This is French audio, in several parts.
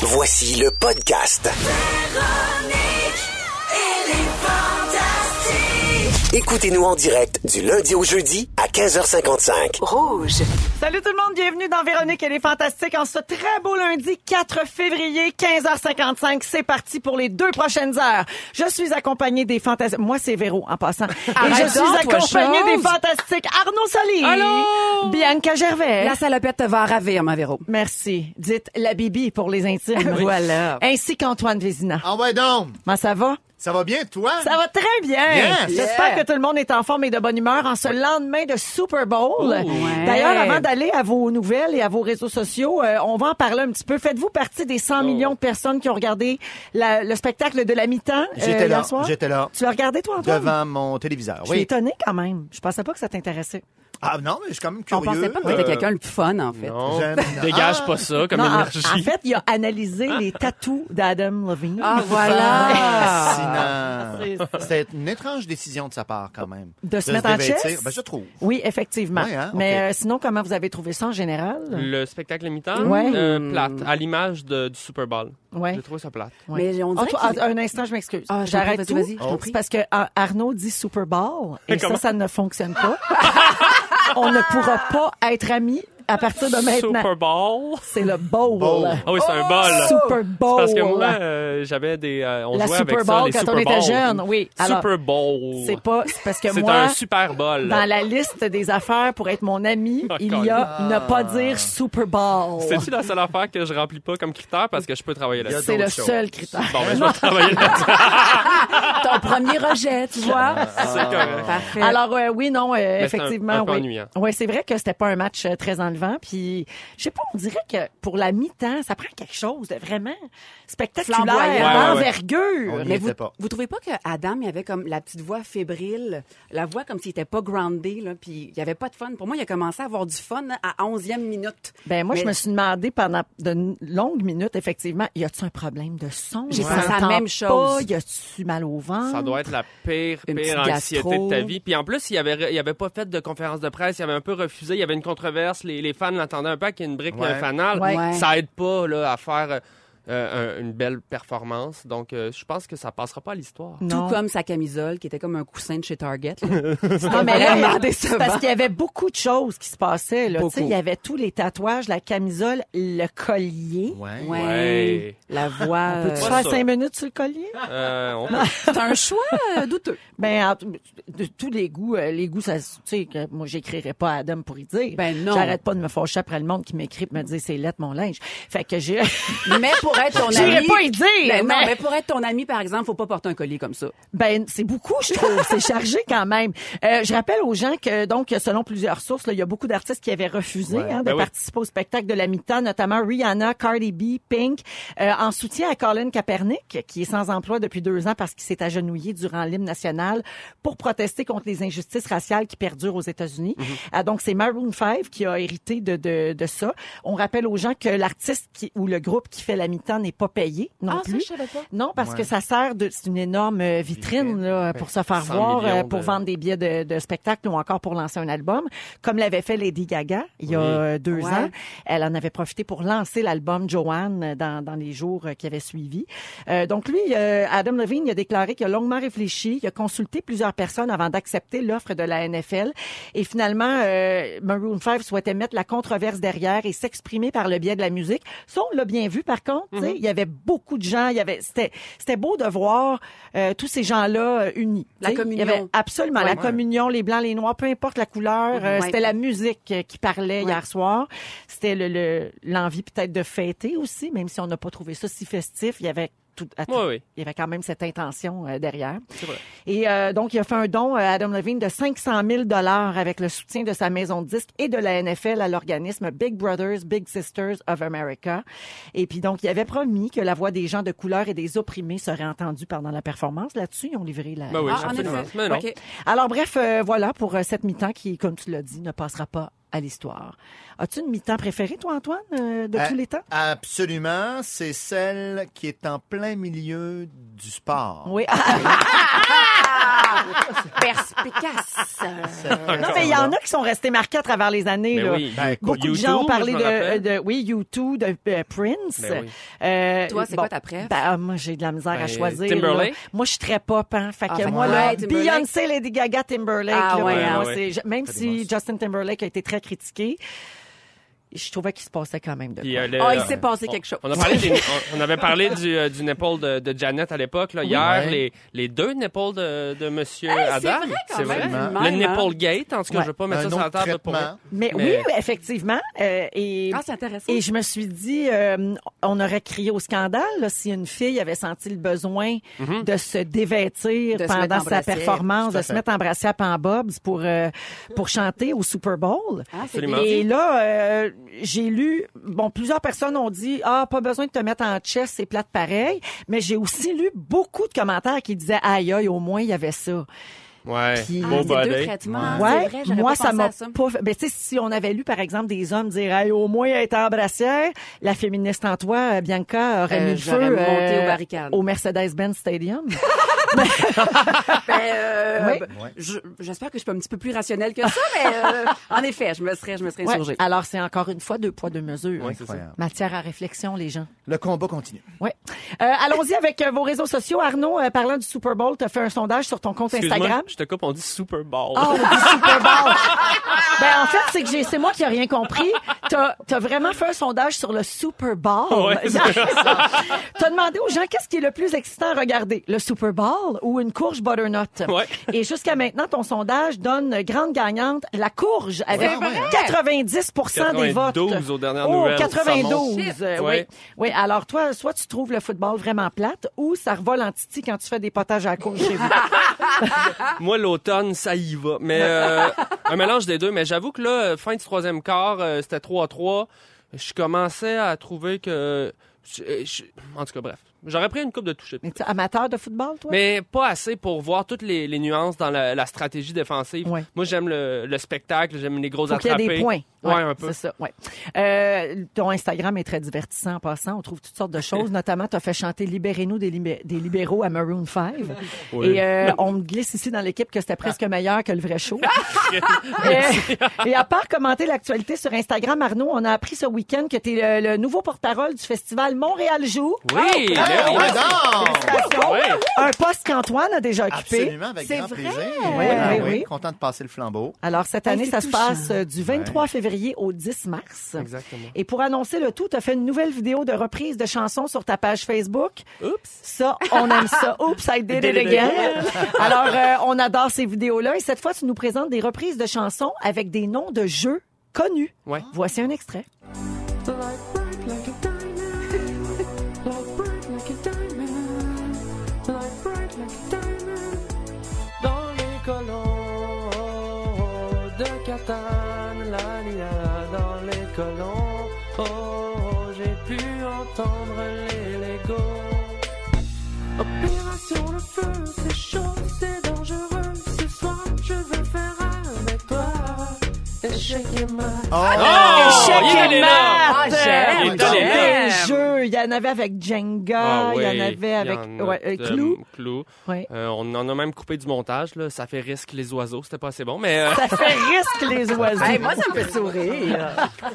Voici le podcast. Écoutez-nous en direct du lundi au jeudi à 15h55. Rouge. Salut tout le monde, bienvenue dans Véronique et les Fantastiques en ce très beau lundi 4 février 15h55. C'est parti pour les deux prochaines heures. Je suis accompagnée des Fantastiques. Moi, c'est Véro en passant. et je Arrête suis donc, toi, accompagnée des chose. Fantastiques Arnaud Soli. Allô? Bianca Gervais. La salopette te va en ravir, ma Véro. Merci. Dites la Bibi pour les intimes. Voilà. Ainsi qu'Antoine Vézina. Ah ouais donc, Comment ça va? ça va bien toi? Ça va très bien. Yes. J'espère Yeah. que tout le monde est en forme et de bonne humeur en ce lendemain de Super Bowl. D'ailleurs, avant d'aller à vos nouvelles et à vos réseaux sociaux, euh, on va en parler un petit peu. Faites-vous partie des Oh. 100 millions de personnes qui ont regardé la- le spectacle de la mi-temps euh, J'étais là, hier soir? j'étais là. Tu l'as regardé, toi, Antoine? Devant mon téléviseur. Je suis Oui. étonnée quand même. Je pensais pas que ça t'intéressait. Ah non, mais je suis quand même On curieux. pensait pas que t'étais Euh, quelqu'un le plus fun, en fait. Non, J'aime- dégage Ah! pas ça comme Non, en, énergie. en fait, il a analysé les tatous d'Adam Levine. Ah, voilà! Sinon, C'est- c'est une étrange décision de sa part quand même. De se mettre en dévêtir. chest? Ben, je trouve. Oui, effectivement. Ouais, hein, Mais ok. euh, sinon, comment vous avez trouvé ça en général? Le spectacle imitant, Ouais. Hmm. euh, plate, à l'image de- du Super Bowl. Ouais. J'ai trouvé ça plate. Ouais. Mais on dirait Anto- qu'il- ah, un instant, je m'excuse. Ah, je t'en J'arrête tout. prie, vas-y, vas-y, je t'en C'est prie. parce que ah, Arnaud dit Super Bowl et ça, Comment? ça ne fonctionne pas. On ne pourra pas être amis à partir de maintenant. Super Bowl. C'est le bowl. Bowl. Ah oui, c'est un bol. Super C'est Bowl. parce que moi, euh, j'avais des. euh, on la jouait Super avec ça, Bowl les quand Super on était Bowl. jeune, oui. Alors, Super Bowl. c'est pas c'est parce que C'est moi un super bol. dans la liste des affaires pour être mon ami, Oh, Ah. il y a ne pas dire Super Bowl. C'est-tu la seule affaire que je remplis pas comme critère parce que je peux travailler là-dessus? C'est le d'autres choses. seul critère. Bon, ben, je vais travailler là-dessus. ton premier rejet, tu vois. Ah, C'est correct. Parfait. Ah, Alors euh, oui, non, euh, c'est un- effectivement, un peu oui. ennuyant. Ouais, c'est vrai que c'était pas un match euh, très enlevant. Puis je sais pas, on dirait que pour la mi-temps, ça prend quelque chose de vraiment spectaculaire, Flamboyant. Ouais, ouais, d'envergure. On y Mais mais était vous, pas. vous trouvez pas que Adam, il avait comme la petite voix fébrile, la voix comme s'il était pas groundé, là, puis il y avait pas de fun. Pour moi, il a commencé à avoir du fun là, à 11e minute. Ben moi, je Mais- me suis demandé pendant de n- longues minutes, effectivement, y a-tu un problème de son J'ai On pensé à la s'entend même pas? chose. Y a-tu mal au ventre Ça doit être la pire, Ah. Une pire petite anxiété de ta gastro. vie. Puis en plus, il avait, il avait pas fait de conférence de presse, il avait un peu refusé, il y avait une controverse, les, les fans l'entendaient un peu avec une brique Ouais. euh, fanale. Ouais. Ouais. Ça aide pas là, à faire euh, euh, un- une belle performance. Donc, euh, je pense que ça passera pas à l'histoire. Non. Tout comme sa camisole, qui était comme un coussin de chez Target. là. Non, mais là, vraiment c'est décevant. Parce qu'il y avait beaucoup de choses qui se passaient. Là. Tu sais, Beaucoup. Il y avait tous les tatouages, la camisole, le collier. Ouais. Ouais. Ouais. La voix. Peux-tu euh, faire ça. cinq minutes sur le collier? Euh, on peut- C'est un choix euh, douteux. Ben, en- de tous les goûts, euh, les goûts, ça, se- tu sais, que moi, j'écrirais pas à Adam pour y dire. Ben non. J'arrête pas de me fâcher après le monde qui m'écrit et me dit c'est lettre mon linge. Fait que j'ai. Mais pour être ton J'irais ami. pas y dire, Ben non, mais- mais pour être ton ami, par exemple, faut pas porter un collier comme ça. Ben, c'est beaucoup, je trouve. C'est chargé quand même. Euh, je rappelle aux gens que, donc, selon plusieurs sources, là, il y a beaucoup d'artistes qui avaient refusé hein, de Ben oui. participer au spectacle de la mi-temps, notamment Rihanna, Cardi B, Pink, euh, en soutien à Colin Kaepernick, qui est sans emploi depuis deux ans parce qu'il s'est agenouillé durant l'hymne national pour protester contre les injustices raciales qui perdurent aux États-Unis. Mhm. Ah, donc, c'est Maroon 5 qui a hérité de, de, de ça. On rappelle aux gens que l'artiste qui- ou le groupe qui fait la mi-temps n'est pas payé non plus. Non, parce que ça sert de. C'est une énorme euh, vitrine, Vitrine. là, pour se faire 100 voir, ben, millions euh, pour de- vendre des billets de, de spectacle ou encore pour lancer un album, comme l'avait fait Lady Gaga il y a Oui. euh, deux Ouais. ans. Elle en avait profité pour lancer l'album Joanne euh, dans, dans les jours euh, qui avaient suivi. Euh, donc lui, euh, Adam Levine, il a déclaré qu'il a longuement réfléchi, il a consulté plusieurs personnes avant d'accepter l'offre de la NFL. Et finalement, euh, Maroon 5 souhaitait mettre la controverse derrière et s'exprimer par le biais de la musique. Ça, on l'a bien vu, par contre. tu Mhm. sais, Il y avait beaucoup de gens. Il y avait, c'était, c'était beau de voir euh, tous ces gens-là euh, unis. tu La sais. Il y communion. avait absolument la Ouais. Mhm. communion, les blancs, les noirs, peu importe la couleur. euh, Ouais. C'était la musique euh, qui parlait Ouais. hier soir. C'était le, le- l'envie peut-être de fêter aussi, même si on n'a pas trouvé ça si festif. Il y avait tout, à tout- Ouais, oui. il y avait quand même cette intention euh, derrière. C'est vrai. Et euh, donc, il a fait un don à Adam Levine de 500 000 dollars avec le soutien de sa maison de disques et de la NFL à l'organisme Big Brothers, Big Sisters of America. Et puis donc, il avait promis que la voix des gens de couleur et des opprimés serait entendue pendant la performance. Là-dessus, ils ont livré la... Ben oui, Ah, en absolument. effet. Mais non. OK. Alors bref, euh, voilà pour euh, cette mi-temps qui, comme tu l'as dit, ne passera pas à l'histoire. As-tu une mi-temps préférée, toi, Antoine, euh, de Euh, tous les temps? Absolument, c'est Ah, ah, celle qui est en plein milieu du sport. Oui. Perspicace. Euh, Non, mais il y en a qui sont restés marqués à travers les années. Mais là. oui. Ben, écoute, Beaucoup de U2, gens ont parlé moi, je m'en de, euh, rappelle. de, oui, U2, de euh, Prince. Ben oui. Euh, Toi, c'est quoi ta préf? Ben, ah, moi, j'ai de la misère à Ben, choisir. Timberlake? là. Moi, je suis très pop, hein. Fait que Ah, fait moi, que là, ouais, Timberlake. Beyoncé, Lady Gaga, Timberlake. Ah, là, ouais, moi, ah, ouais. c'est- je- Même Ça si démontre. Justin Timberlake a été très critiqué, je trouvais qu'il se passait quand même de Puis, quoi. euh, le- Ah, il s'est passé quelque chose. On, a parlé des- on- on avait parlé du, euh, du nipple de, de Janet à l'époque. là. Hier, Ouais. les, les deux nipples de, de Monsieur c'est Adam. vrai quand C'est même. Le Même, hein. nipple gate, en tout cas, Ouais. je vais pas mettre Un ça sur autre la table pour traitement. Mais, Mais- oui, effectivement. euh, et, Ah, c'est intéressant. et je me suis dit, euh, on aurait crié au scandale là, si une fille avait senti le besoin Mm-hmm. de se dévêtir De se pendant mettre en sa brassière. performance, Tout à de se fait. mettre en brassière en bobs pour, euh, pour chanter au Super Bowl. Ah, c'est Absolument. bien Et dit. là, euh, j'ai lu, bon, plusieurs personnes ont dit, ah, pas besoin de te mettre en chest, c'est plate pareil. Mais j'ai aussi lu beaucoup de commentaires qui disaient, aïe, aïe, au moins, il y avait ça. Ouais. Puis- Ah, Beau c'est deux body. traitements. Ouais, c'est vrai, j'aurais moi, pas ça pensé m'a à ça. pas. fait- Ben, tu sais, si on avait lu, par exemple, des hommes dire, hey, au moins, elle est en brassière, la féministe en toi, euh, Bianca, aurait Euh, mis le j'aurais feu. monté aux barricades. Au Mercedes-Benz Stadium. Ben, euh, Oui. ben, Ouais. je- J'espère que je suis un petit peu plus rationnelle que ça, mais euh, en effet, je me serais, je me serais Ouais. insurgée. Alors, c'est encore une fois deux poids, deux mesures. Ouais, c'est Incroyable. ça. Matière à réflexion, les gens. Le combat continue. Ouais. Euh, Allons-y avec euh, vos réseaux sociaux. Arnaud, euh, parlant du Super Bowl, tu as fait un sondage sur ton compte Excuse-moi, Instagram. je te coupe, on dit Super Bowl. Oh, du Super Bowl. Ben, en fait, c'est que j'ai- c'est moi qui n'ai rien compris. T'as as vraiment fait un sondage sur le Super Bowl. Ouais, c'est T'as demandé aux gens qu'est-ce qui est le plus excitant à regarder, le Super Bowl ou une courge butternut. Ouais. Et jusqu'à maintenant, ton sondage donne grande gagnante la courge avec C'est vrai. 90 des votes. 92 aux dernières Oh, nouvelles, ça 92. euh, Ouais. Oui. Oui, alors toi, soit tu trouves le football vraiment plate ou ça revole en titi quand tu fais des potages à la courge chez vous. Moi, l'automne, ça y va. Mais Ah. euh, un mélange des deux. Mais j'avoue que là, euh, fin du troisième quart, euh, c'était 3-3. Je commençais à trouver que... je- euh, je- En tout cas, bref. J'aurais pris une coupe de toucher. Mais tu es amateur de football, toi? Mais pas assez pour voir toutes les, les nuances dans la, la stratégie défensive. Ouais. Moi, j'aime le, le spectacle, j'aime les gros Faut qu'il y attrapés. ait des points. Ouais, un peu. C'est ça, ouais. Euh, ton Instagram est très divertissant en passant. On trouve toutes sortes de choses. Notamment, tu as fait chanter Libérez-nous des, libé- des libéraux à Maroon 5. Oui. Ah. Et euh, on me glisse ici dans l'équipe que c'était presque meilleur que le vrai show. Euh, et, et à part commenter l'actualité sur Instagram, Arnaud, on a appris ce week-end que tu es le, le nouveau porte-parole du festival Montréal Joue. Oui, Ah, Hey, ben oui. Ah, ouais, donc! Félicitations. Ouais. Un poste qu'Antoine a déjà occupé. Absolument, avec C'est grand vrai. plaisir. Oui, Ah oui, oui, oui. Content de passer le flambeau. Alors, cette Hey, année, c'est ça se touchant. passe euh, du 23 février au 10 mars. Exactement. Et pour annoncer le tout, tu as fait une nouvelle vidéo de reprise de chansons sur ta page Facebook. Oups. Ça, on aime ça. Oops, I did it again. Alors, euh, on adore ces vidéos-là. Et cette fois, tu nous présentes des reprises de chansons avec des noms de jeux connus. Ouais. Voici un extrait. Light bright like a diamond. Light bright like a diamond. Light bright like a diamond. Dans les colons de Catane, la lila dans les colons, oh, j'ai pu entendre les légos. Opération le feu, c'est chaud, c'est dangereux. Ce soir, je veux faire avec toi. Échec et mat. Oh! Échec il et est Ah, là. mat! Ah, j'aime, Il est allé Des j'aime. jeux. Il y en avait avec Jenga. Ah Il oui, y en avait avec il y en a ouais, euh, de- Clou. Clou. Ouais. Euh, on en a même coupé du montage. Là. Ça fait risque les oiseaux. C'était pas assez bon, mais euh, Ça fait risque les oiseaux. Hey, Ben, moi, ça me fait sourire.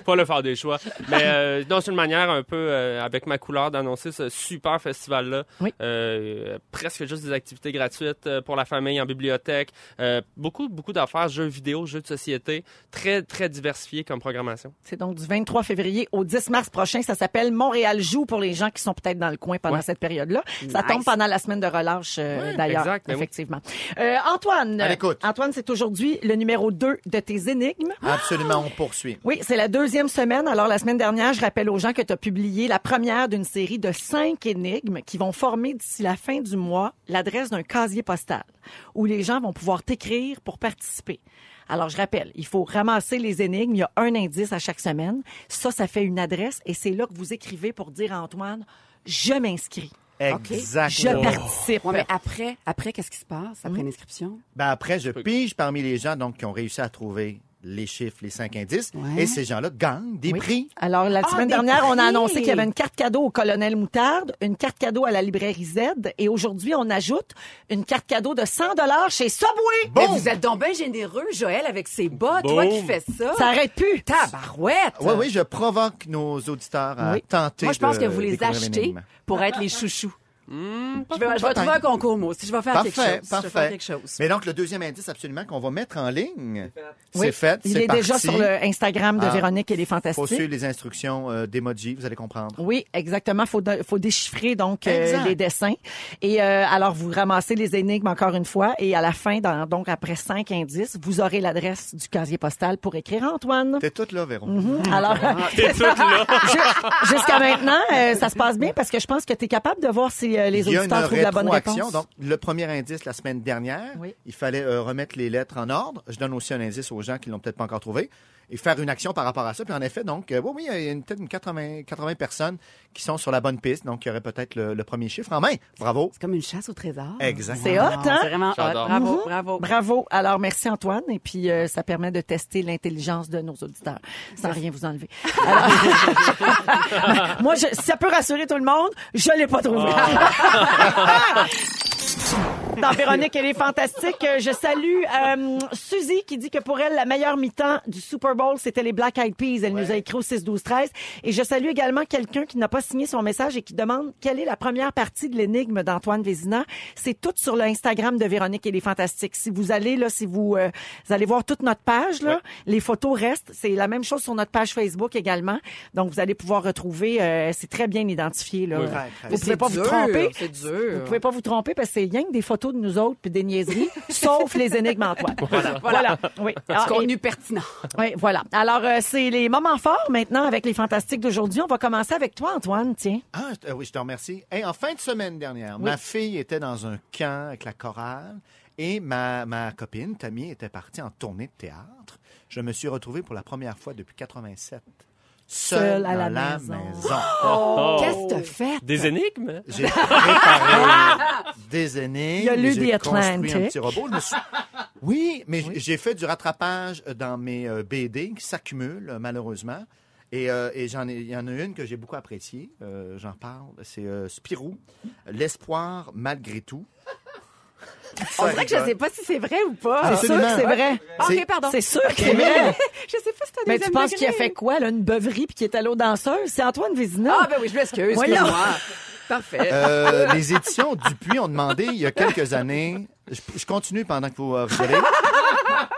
pas le faire des choix. Mais euh, dans une manière un peu euh, avec ma couleur d'annoncer ce super festival-là. Oui. Euh, presque juste des activités gratuites euh, pour la famille en bibliothèque. Euh, beaucoup, beaucoup d'affaires, jeux vidéo, jeux de société. Très, très diversifié comme programmation. C'est donc du 23 février au 10 mars prochain. Ça s'appelle Montréal joue pour les gens qui sont peut-être dans le coin pendant Ouais. cette période-là. Ça Nice. tombe pendant la semaine de relâche, euh, Ouais, d'ailleurs. exact, ben oui. effectivement. Euh, Antoine, À l'écoute. Antoine, c'est aujourd'hui le numéro 2 de tes énigmes. Absolument, on poursuit. Oui, c'est la deuxième semaine. Alors, la semaine dernière, je rappelle aux gens que tu as publié la première d'une série de cinq énigmes qui vont former d'ici la fin du mois l'adresse d'un casier postal où les gens vont pouvoir t'écrire pour participer. Alors, je rappelle, il faut ramasser les énigmes. Il y a un indice à chaque semaine. Ça, ça fait une adresse et c'est là que vous écrivez pour dire à Antoine, je m'inscris. Je Exactement. participe. Ouais, mais Mmh. après, après qu'est-ce qui se passe après l'inscription? Ben après, je pige parmi les gens donc, qui ont réussi à trouver les chiffres, les cinq indices. Ouais. Et ces gens-là gagnent des Oui. prix. Alors, la Ah, semaine des dernière, on a prix! annoncé qu'il y avait une carte cadeau au Colonel Moutarde, une carte cadeau à la librairie Z, et aujourd'hui, on ajoute une carte cadeau de 100 chez Subway. Bon! Mais vous êtes donc bien généreux, Joël, avec ses bas, toi Boum. qui fais ça. Ça arrête plus. Tabarouette! Oui, oui, je provoque nos auditeurs à Oui. tenter Moi, je pense de que vous les découvrir achetez l'énigme. pour être les chouchous. Hmm, Je vais, je vais trouver un concours, moi aussi. Je vais faire quelque Parfait, chose. Je vais faire parfait. quelque chose. Mais donc, le deuxième indice, absolument, qu'on va mettre en ligne, c'est Oui. fait, Il c'est est déjà parti. sur le Instagram de Ah. Véronique et les Faut suivre Fantastiques. les instructions euh, d'Emoji, vous allez comprendre. Oui, exactement. Faut de- faut déchiffrer donc euh, Exact. les dessins et euh, alors vous ramassez les énigmes encore une fois et à la fin, dans- donc après cinq indices, vous aurez l'adresse du casier postal pour écrire à Antoine. T'es toute là, Véron. Mhm. Alors, Mmh. Ah, t'es toute là. ju- jusqu'à maintenant, euh, ça se passe bien parce que je pense que tu es capable de voir si euh, les Il y a une auditeurs trouvent la bonne rétroaction. réponse. Donc, le premier indice la semaine dernière, Oui. il fallait euh, remettre les lettres en ordre. Je donne aussi un indice aux gens qui l'ont peut-être pas encore trouvé et faire une action par rapport à ça. Puis en effet, donc, euh, oui, oui, il y a une- peut-être une 80, 80 personnes qui sont sur la bonne piste, donc il y aurait peut-être le, le premier chiffre en main. Bravo. C'est comme une chasse au trésor. Exact. C'est hot, hein? C'est vraiment hot. J'adore. Bravo, Mhm. bravo. Bravo. Alors, merci Antoine. Et puis, euh, ça permet de tester l'intelligence de nos auditeurs sans rien vous enlever. Alors, moi, je- si ça peut rassurer tout le monde, je l'ai pas trouvé. Ah. Dans Véronique, elle est fantastique. Euh, Je salue euh, Suzy qui dit que pour elle, la meilleure mi-temps du Super Bowl, c'était les Black Eyed Peas. Elle nous a écrit au 6-12-13. Et je salue également quelqu'un qui n'a pas signé son message et qui demande quelle est la première partie de l'énigme d'Antoine Vézina. C'est tout sur l'Instagram de Véronique et les Fantastiques. Si vous allez, là, si vous, euh, vous allez voir toute notre page, là, les photos restent. C'est la même chose sur notre page Facebook également. Donc, vous allez pouvoir retrouver, euh, c'est très bien identifié, là. Oui. Vous pouvez C'est pas dur, vous tromper. C'est dur. Vous pouvez pas vous tromper parce que c'est rien que des photos de nous autres puis des niaiseries, sauf les énigmes Antoine. Voilà. Voilà. Oui. Ah, Du contenu pertinent. et- oui, voilà. Alors, euh, c'est les moments forts maintenant avec les fantastiques d'aujourd'hui. On va commencer avec toi, Antoine, tiens. Ah, je- euh, oui, je te remercie. Hey, en fin de semaine dernière, ma fille était dans un camp avec la chorale et ma, ma copine, Tammy, était partie en tournée de théâtre. Je me suis retrouvé pour la première fois depuis 87 seul, Seul à dans la la, maison. maison. Oh. Qu'est-ce que t'as fait? Des énigmes? J'ai préparé des énigmes. Il a lu j'ai The construit un Atlantic. petit robot. Je me suis- Oui, mais j- j'ai fait du rattrapage dans mes euh, BD qui s'accumulent, euh, malheureusement. Et, euh, et j'en ai, il y en a une que j'ai beaucoup appréciée. euh, j'en parle. C'est euh, Spirou. L'espoir malgré tout. On dirait que je sais pas si c'est vrai ou pas. C'est sûr que c'est vrai. C'est- OK, pardon. C'est sûr que Ah, c'est vrai. je sais pas si t'as Mais des tu penses qu'il a fait quoi, là, une beuverie puis qu'il est allé aux danseuses? C'est Antoine Vézina. Ah, ben oui, je m'excuse. Voyons. Excuse-moi. Parfait. Euh, les éditions Dupuis ont demandé il y a quelques années. Je, je continue pendant que vous euh, rigolez.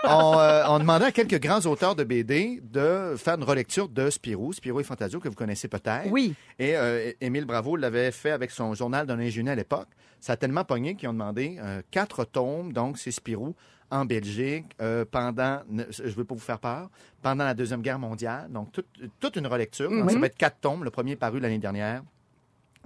On, euh, on demandait à quelques grands auteurs de BD de faire une relecture de Spirou, Spirou et Fantasio, que vous connaissez peut-être. Oui. Et euh, Émile Bravo l'avait fait avec son journal d'un ingénieur à l'époque. Ça a tellement pogné qu'ils ont demandé euh, quatre tomes, donc c'est Spirou en Belgique euh, pendant, ne- je ne veux pas vous faire peur, pendant la Deuxième Guerre mondiale. Donc, toute- toute une relecture. Donc, Ça va être quatre tomes. Le premier paru l'année dernière.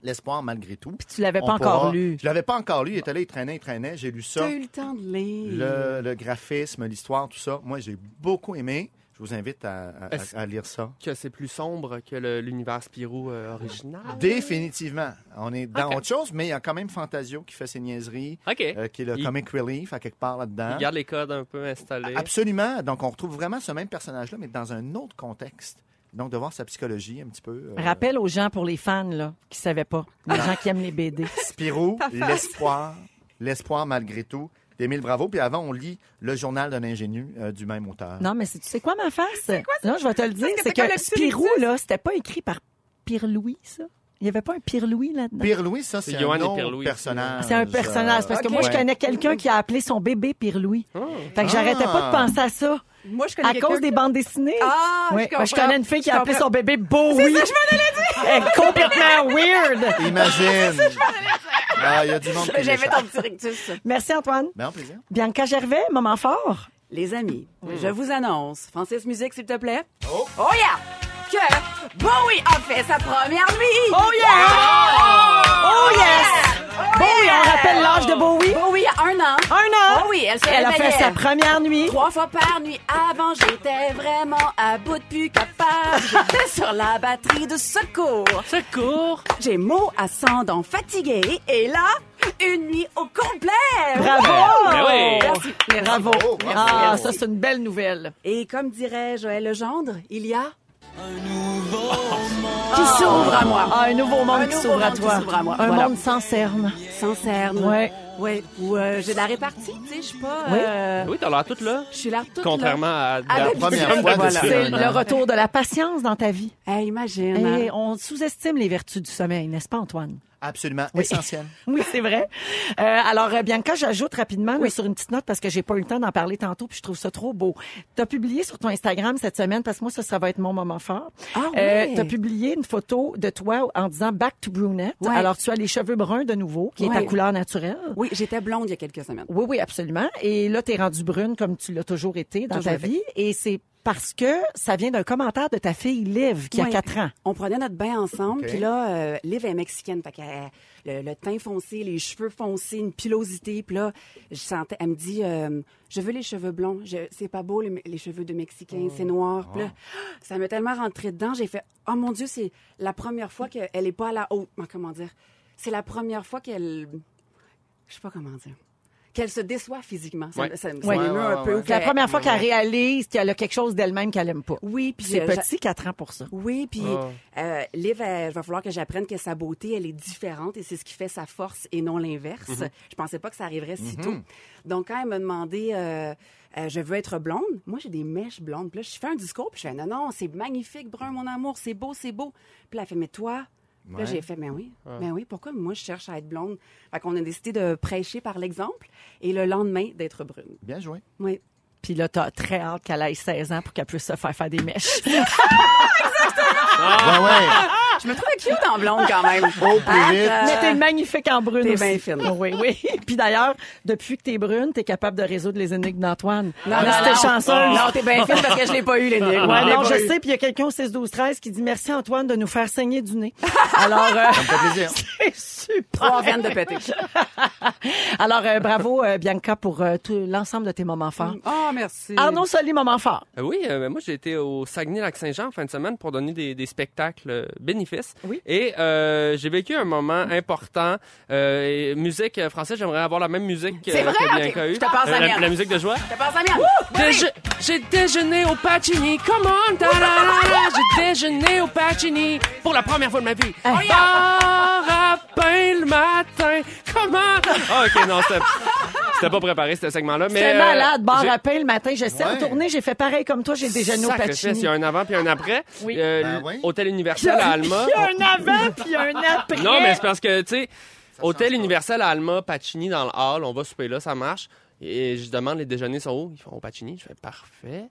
L'espoir malgré tout. Tu l'avais pas On encore pourra- lu. Je l'avais pas encore lu. Il était là, il traînait, il traînait. J'ai lu ça. T'as eu le temps de lire. Le, le graphisme, l'histoire, tout ça. Moi, j'ai beaucoup aimé. Je vous invite à, à- Est-ce- à lire ça. Que c'est plus sombre que le- l'univers Spirou euh, original. Définitivement. On est dans autre chose, mais il y a quand même Fantasio qui fait ses niaiseries, OK. euh, hein? qui est le Il- comic relief à quelque part là-dedans. Il garde les codes un peu installés. Absolument. Donc, on retrouve vraiment ce même personnage-là, mais dans un autre contexte. Donc, de voir sa psychologie un petit peu. euh, Rappel aux gens pour les fans, là, qui savaient pas. Les gens qui aiment les BD. Spirou, l'espoir, l'espoir malgré tout. D'Émile Bravo. Puis avant, on lit le journal d'un ingénieux euh, du même auteur. Non, mais c'est- tu sais quoi ma face? non, je vais te le dire, que c'est t'as comme que le petit Spirou, rictus. là, c'était pas écrit par Pierre Louis, ça. Il y avait pas un Pierre Louis là-dedans. Pierre Louis, ça, C'est c'est Johan un et autre Pierre Louis. personnage. C'est un personnage, parce que ok. moi, je Ouais. connais quelqu'un qui a appelé son bébé Pierre Louis. Oh. Fait que j'arrêtais pas de Ah. penser à ça. Moi, je connais À cause quelqu'un- des bandes dessinées. Ah, je Ouais. Ben, comprends. connais une fille qui Je a appelé comprends. son bébé Bowie. C'est ça, je m'en allais dire! complètement weird! Imagine. Ah, il y a du monde qui J'avais l'échappe. ton petit rectus. Merci, Antoine. Ben, plaisir. Bianca Gervais, moment fort. Les amis, Hmm. je vous annonce, Francis Musique, s'il te plaît. Oh, yeah! Que Bowie a fait sa première nuit! Oh yeah! Oh yes! Oh, Bowie, on rappelle l'âge de Bowie. Bowie a un an. Un an! Bowie, elle se Ah! Elle a fait réveillait. sa première nuit. Trois fois par nuit avant, j'étais vraiment à bout de plus capable. J'étais sur la batterie de secours. Secours! J'ai mot à son dent fatigué et là, une nuit au complet. Bravo! Ben oui. Merci. Bravo. Bravo, bravo. Ah, ça, c'est une belle nouvelle. Et comme dirait Joël Legendre, il y a un nouveau monde qui s'ouvre à moi. Ah, un nouveau monde Un qui nouveau s'ouvre à monde qui toi. s'ouvre à moi. Un Voilà. monde sans cerne. Sans cerne. Ouais. Ouais. Ou euh, j'ai de la répartie, tu sais, je suis pas. Oui. euh, Oui, t'as l'air toute là. Je suis là toute Contrairement à Ah, La ben, première fois voilà. depuis C'est un le an. retour de la patience dans ta vie. là. Hey, Eh, imagine. Et on sous-estime les vertus du sommeil, n'est-ce pas, Antoine? Absolument Oui. essentiel. Oui, c'est vrai. Euh, alors, euh, Bianca, j'ajoute rapidement là, sur une petite note parce que j'ai pas eu le temps d'en parler tantôt puis je trouve ça trop beau. T'as publié sur ton Instagram cette semaine parce que moi, ça, ça va être mon moment fort. Euh, Ah oui. T'as publié une photo de toi en disant Back to Brunette. Ouais. Alors, tu as les cheveux bruns de nouveau, qui est ta Ouais. couleur naturelle. Oui, j'étais blonde il y a quelques semaines. Oui, oui, absolument. Et là, t'es rendue brune comme tu l'as toujours été dans Toujours ta été. vie. Et c'est parce que ça vient d'un commentaire de ta fille Liv, qui a Ouais. quatre ans. On prenait notre bain ensemble, Ok. puis là, euh, Liv est mexicaine, fait qu'elle a le, le teint foncé, les cheveux foncés, une pilosité, puis là, je sentais, elle me dit, euh, je veux les cheveux blonds, Je- c'est pas beau les, les cheveux de mexicain, c'est noir, puis là, ça m'a tellement rentré dedans, j'ai fait, oh mon dieu, c'est la première fois qu'elle est pas à la haute, Ah, comment dire, c'est la première fois qu'elle, je sais pas comment dire, qu'elle se déçoit physiquement, ça, Ouais. me- ça, me- ça Ouais. m'émeut Ouais, ouais, un peu. ouais. ou C'est la que- première fois qu'elle réalise qu'elle a quelque chose d'elle-même qu'elle aime pas. Oui, puis C'est euh, j'a- petit, quatre ans pour ça. oui, puis Ah. euh, Liv, elle- il va falloir que j'apprenne que sa beauté, elle est différente et c'est ce qui fait sa force et non l'inverse. Je pensais pas que ça arriverait si tôt. Donc, quand elle m'a demandé, euh, euh, je veux être blonde, moi, j'ai des mèches blondes. Puis là, je fais un discours, puis je fais, non, non, c'est magnifique, brun, mon amour, c'est beau, c'est beau. Puis là, elle fait, mais toi... Puis Ouais. Là, j'ai fait, mais oui, mais oui, pourquoi moi, je cherche à être blonde? Fait qu'on a décidé de prêcher par l'exemple et le lendemain, d'être brune. Bien joué. Oui. Puis là, t'as très hâte qu'elle ait 16 ans pour qu'elle puisse se faire faire des mèches. Ah! Ouais, ouais. Je me trouvais cute en blonde quand même. Ah! Ah, euh, Au plus vite. Mais t'es magnifique en brune T'es aussi. bien fine. Oui, oui. Puis d'ailleurs, depuis que t'es brune, t'es capable de résoudre les énigmes d'Antoine. Non, Alors, non, Ah, c'était non. chanceuse. Non, t'es bien fine parce que je l'ai pas eu, les nègres. Ouais, non, l'ai je pas eu. sais. Puis il y a quelqu'un au 6-12-13 qui dit merci Antoine de nous faire saigner du nez. Alors, euh, Ça me fait plaisir. c'est super. Trois veines de pété. Alors, euh, bravo euh, Bianca pour euh, tout l'ensemble de tes moments forts. Oh, merci. Arnaud Soli, moment fort. Euh, Oui, euh, ben, moi j'ai été au Saguenay-Lac-Saint-Jean en fin de semaine pour donner des, des spectacles euh, bénéfices. Oui. Et euh, j'ai vécu un moment important. Euh, et musique euh, française, j'aimerais avoir la même musique euh, C'est vrai? que Ok, Bianca a eu. je te passe la Euh, la, mienne. la musique de joie. Je pense à mienne. Déje- J'ai déjeuné au Pacini, comment ta la la la, J'ai déjeuné au Pacini pour la première fois de ma vie. Eh. Bar à pain le matin, comment Ah, Ok, non, c'était- c'était pas préparé ce segment-là, mais T'es euh, malade, bar j'ai- à pain le matin. J'essaie Ouais. de tourner, j'ai fait pareil comme toi, j'ai déjeuné au Sacre fesse, patchini. Il y a un avant puis un après. Ah Oui. Euh, Ben oui. Hôtel Universel à Alma. Il y a un avant puis un après. Non, mais c'est parce que, tu sais, change Hôtel pas. Universel à Alma, Pacini dans le hall, on va souper là, ça marche. Et je demande, les déjeuners sont où? Ils font au Pacini. Je fais parfait.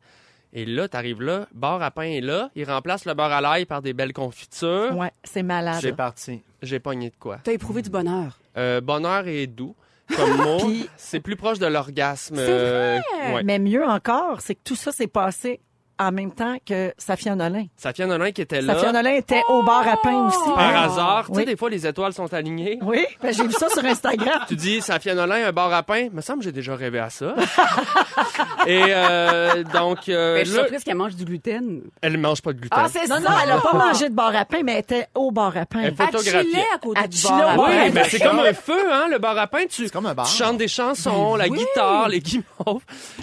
Et là, t'arrives là, beurre à pain est là. Ils remplacent le beurre à l'ail par des belles confitures. Ouais, c'est C'est malade. parti. J'ai pogné de quoi? T'as éprouvé du bonheur. Euh, bonheur et doux. Comme mot, c'est plus proche de l'orgasme. euh, ouais. Mais mieux encore, c'est que tout ça s'est passé en même temps que Safia Nolin. Safia Nolin qui était là. Safia Nolin était au bar à pain aussi. Par hasard, tu sais, Ah, Oui, des fois, les étoiles sont alignées. Oui, ben, j'ai vu ça sur Instagram. Tu dis Safia Nolin, un bar à pain. Me semble que j'ai déjà rêvé à ça. Et euh, donc, euh, Ben, je suis là, surprise qu'elle mange du gluten. elle mange pas de gluten. Ah, c'est ça. Non, non, elle a pas mangé de bar à pain, mais elle était au bar à pain. Elle fait- photographiée. Elle chillait à côté Elle du chillait bar. au oui, Ouais, mais c'est c'est comme un feu, hein, le bar à pain. Tu, C'est comme un bar. tu chantes des chansons, la oui. guitare, les guimauves.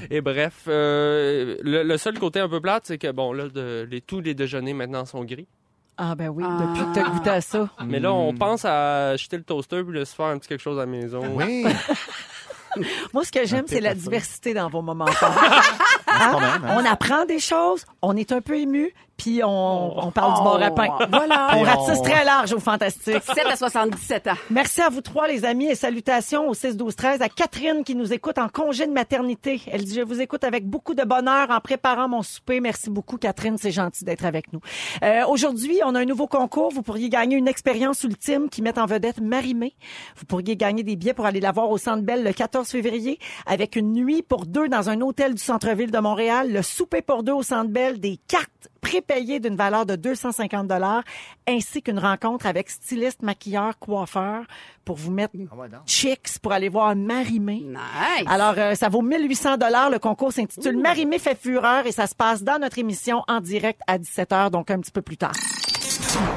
Et bref, euh, le, le seul côté un peu plate, c'est que, bon, là, de- les, tous les déjeuners maintenant sont gris. Ah ben oui, Ah. depuis que t'as goûté à ça. Mais là, Mm. on pense à jeter le toaster puis de se faire un petit quelque chose à la maison. Oui, Ah, Moi, ce que j'aime, c'est la pépafeu. diversité dans vos moments forts. Hein? quand même. hein. On apprend des choses, on est un peu ému, puis on, on parle du bar à pain. Voilà. On Et ratisse on- très large au fantastique. 7 à 77 ans. Merci à vous trois, les amis, et salutations au 6-12-13 à Catherine qui nous écoute en congé de maternité. Elle dit, je vous écoute avec beaucoup de bonheur en préparant mon souper. Merci beaucoup, Catherine. C'est gentil d'être avec nous. Euh, Aujourd'hui, on a un nouveau concours. Vous pourriez gagner une expérience ultime qui met en vedette Marie-Mé. Vous pourriez gagner des billets pour aller la voir au Centre Belle le 14 février avec une nuit pour deux dans un hôtel du centre-ville de Montréal, le souper pour deux au Centre Belle, des cartes prépayé d'une valeur de 250 dollars ainsi qu'une rencontre avec styliste, maquilleur, coiffeur pour vous mettre Ah ouais, non. chicks pour aller voir Marimé. Nice. Alors, euh, ça vaut 1800 dollars. Le concours s'intitule Marimé fait fureur et ça se passe dans notre émission en direct à 17h, donc un petit peu plus tard.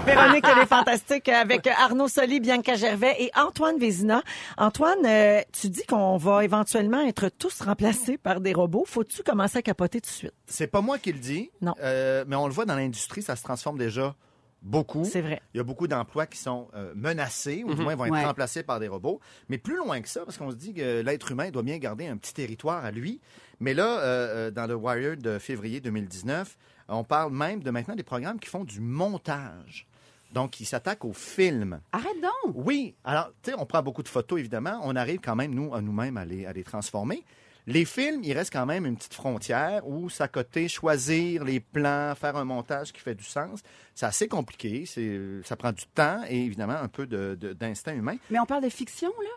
Véronique, elle est fantastique avec Arnaud Soli, Bianca Gervais et Antoine Vézina. Antoine, euh, tu dis qu'on va éventuellement être tous remplacés par des robots. Faut-tu commencer à capoter tout de suite? C'est pas moi qui le dis, Non. euh, mais on le voit dans l'industrie, ça se transforme déjà beaucoup. C'est vrai. Il y a beaucoup d'emplois qui sont euh, menacés, ou du moins vont être Ouais. remplacés par des robots. Mais plus loin que ça, parce qu'on se dit que l'être humain doit bien garder un petit territoire à lui. Mais là, euh, euh, dans le Wired de février 2019, on parle même de maintenant des programmes qui font du montage. Donc, ils s'attaquent au film. Arrête donc! Oui, alors, tu sais, on prend beaucoup de photos, évidemment. On arrive quand même, nous, à nous-mêmes, à les, à les transformer. Les films, il reste quand même une petite frontière où s'accoter, choisir les plans, faire un montage qui fait du sens. C'est assez compliqué, c'est, ça prend du temps et évidemment un peu de, de- d'instinct humain. Mais on parle de fiction, là?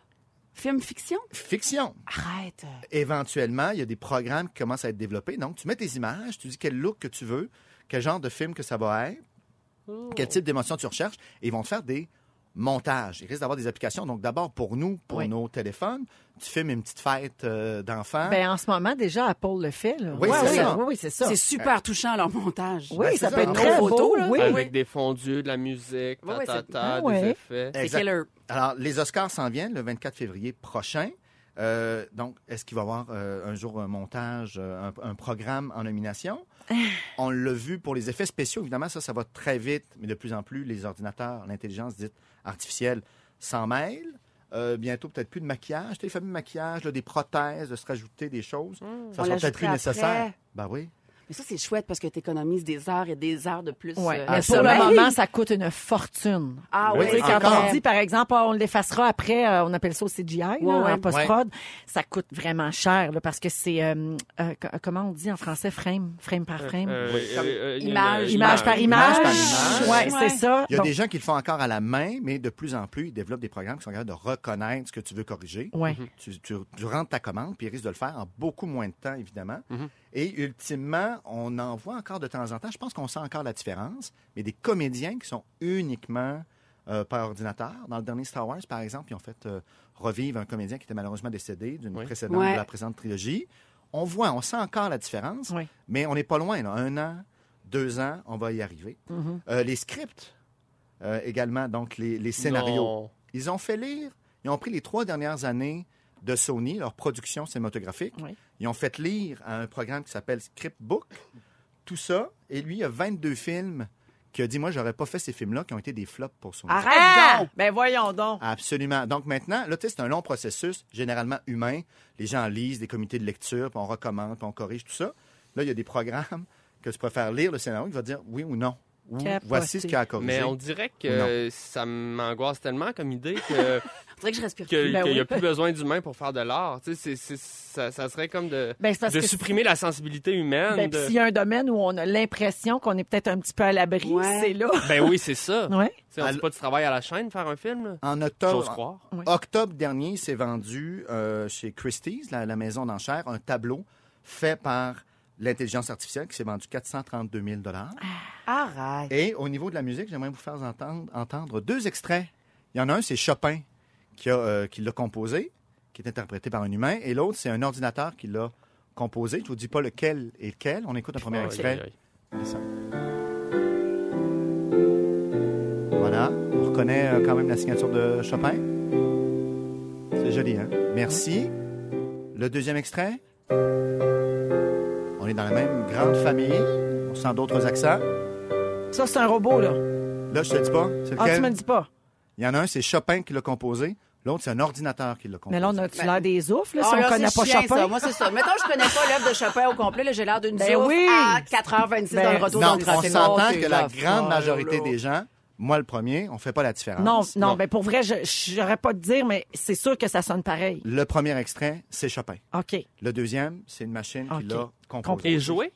Film fiction? Fiction, Arrête! éventuellement, il y a des programmes qui commencent à être développés. Donc, tu mets tes images, tu dis quel look que tu veux, quel genre de film que ça va être, quel type d'émotion tu recherches, et ils vont te faire des montages. Il risque d'avoir des applications. Donc, d'abord, pour nous, pour Oui. nos téléphones, tu filmes une petite fête euh, d'enfants. Ben, en ce moment, déjà, Apple le fait. là. Oui, c'est oui, ça. oui, oui, c'est ça. C'est super touchant, leur montage. Oui, Ben, c'est ça ça. peut être En très photo, beau. là. oui. Avec des fondus, de la musique, Ouais, ouais, ta, ta, c'est- ta, Ah, des ouais. effets. C'est Exact. killer. Alors, les Oscars s'en viennent le 24 février prochain. Euh, donc, est-ce qu'il va y avoir euh, un jour un montage, euh, un, un programme en nomination? On l'a vu pour les effets spéciaux. Évidemment, ça, ça va très vite, mais de plus en plus, les ordinateurs, l'intelligence dite artificielle s'en mêlent. Euh, bientôt, peut-être plus de maquillage, Tu sais, les fameux maquillages, là, des prothèses, de se rajouter des choses. Ça Mmh, On sera peut-être plus l'ajoutera nécessaire. après. Ben oui. Mais ça, c'est chouette parce que tu économises des heures et des heures de plus. Ouais. euh, Mais de pour le sommeil. moment, ça coûte une fortune. Ah Oui, oui, Tu sais, quand encore. on dit, par exemple, Ah, on l'effacera après, euh, on appelle ça au CGI, là, Ouais, ouais. en post-prod, ça coûte vraiment cher, là, parce que c'est, euh, euh, co- comment on dit en français, frame, frame par frame? Euh, euh, euh, une- Image. Image par image. Image par image. Ouais, Ouais. c'est ça. Il y a Donc, des gens qui le font encore à la main, mais de plus en plus, ils développent des programmes qui sont capables de reconnaître ce que tu veux corriger. Mhm. ouais. Tu, tu- tu rentres ta commande, puis il risque de le faire en beaucoup moins de temps, évidemment. Et ultimement, on en voit encore de temps en temps. Je pense qu'on sent encore la différence, mais des comédiens qui sont uniquement euh, par ordinateur. Dans le dernier Star Wars, par exemple, ils ont fait euh, revivre un comédien qui était malheureusement décédé d'une Oui. précédente, Ouais. de la présente trilogie. On voit, on sent encore la différence, Oui. mais on n'est pas loin. là. Un an, deux ans, on va y arriver. Mhm. Euh, les scripts euh, également, donc les, les scénarios. Non. Ils ont fait lire, ils ont pris les trois dernières années de Sony, leur production cinématographique. Oui. Ils ont fait lire à un programme qui s'appelle Scriptbook tout ça. Et lui, il y a 22 films qui a dit Moi, j'aurais pas fait ces films-là qui ont été des flops pour Sony. Arrête Ah! donc! Ben voyons donc. Absolument. Donc maintenant, là, tu sais, c'est un long processus, généralement humain. Les gens lisent des comités de lecture, puis on recommande, puis on corrige tout ça. Là, il y a des programmes que tu préfères lire le scénario qui va dire oui ou non. Ou Capoté. voici ce qu'il y a à corriger. Mais on dirait que ça m'angoisse tellement comme idée que On dirait que je respire que- plus. qu'il Ben n'y a oui. plus besoin d'humain pour faire de l'art. Tu sais, c'est- c'est- ça, ça serait comme de, Ben, c'est parce de que- supprimer la sensibilité humaine. Ben, de- puis s'il y a un domaine où on a l'impression qu'on est peut-être un petit peu à l'abri, Ouais. c'est là. Ben oui, c'est ça. Ouais. Tu sais, On fait Alors- pas du travail à la chaîne faire un film. là. En J'ose octobre, croire. Oui. Octobre dernier, il s'est vendu euh, chez Christie's, la, la maison d'enchères, un tableau fait par l'intelligence artificielle qui s'est vendu 432 000 Arrête. Et au niveau de la musique, j'aimerais vous faire entendre, entendre deux extraits. Il y en a un, c'est Chopin qui, a, euh, qui l'a composé, qui est interprété par un humain, et l'autre, c'est un ordinateur qui l'a composé. Je ne vous dis pas lequel est lequel. On écoute un premier Aïe, extrait. aïe, aïe. Descends. Voilà, on reconnaît euh, quand même la signature de Chopin. C'est joli, hein? Merci. Le deuxième extrait. On est dans la même grande famille. On sent d'autres accents. Ça, c'est un robot, là. Là, je te dis pas, c'est Ah, tu me le lequel? dis pas. Il y en a un, c'est Chopin qui l'a composé. L'autre, c'est un ordinateur qui l'a composé. Mais là, on a-tu l'air des oufs, là, si Ah, on là, connaît c'est pas chiant, Chopin? ça. Moi, c'est ça. Mettons, je connais pas l'œuvre de Chopin au complet. là, J'ai l'air d'une Ben zouave oui. à 4h26 dans Ben, le retour Non, dans le on trafic. s'entend Oh, que t'es la rough. grande Oh, majorité là. des gens, moi le premier, on fait pas la différence. Non, non, ben pour vrai, je j'aurais pas de dire, mais c'est sûr que ça sonne pareil. Le premier extrait, c'est Chopin. OK. Le deuxième, c'est une machine Ok. qui l'a composé. Et jouer?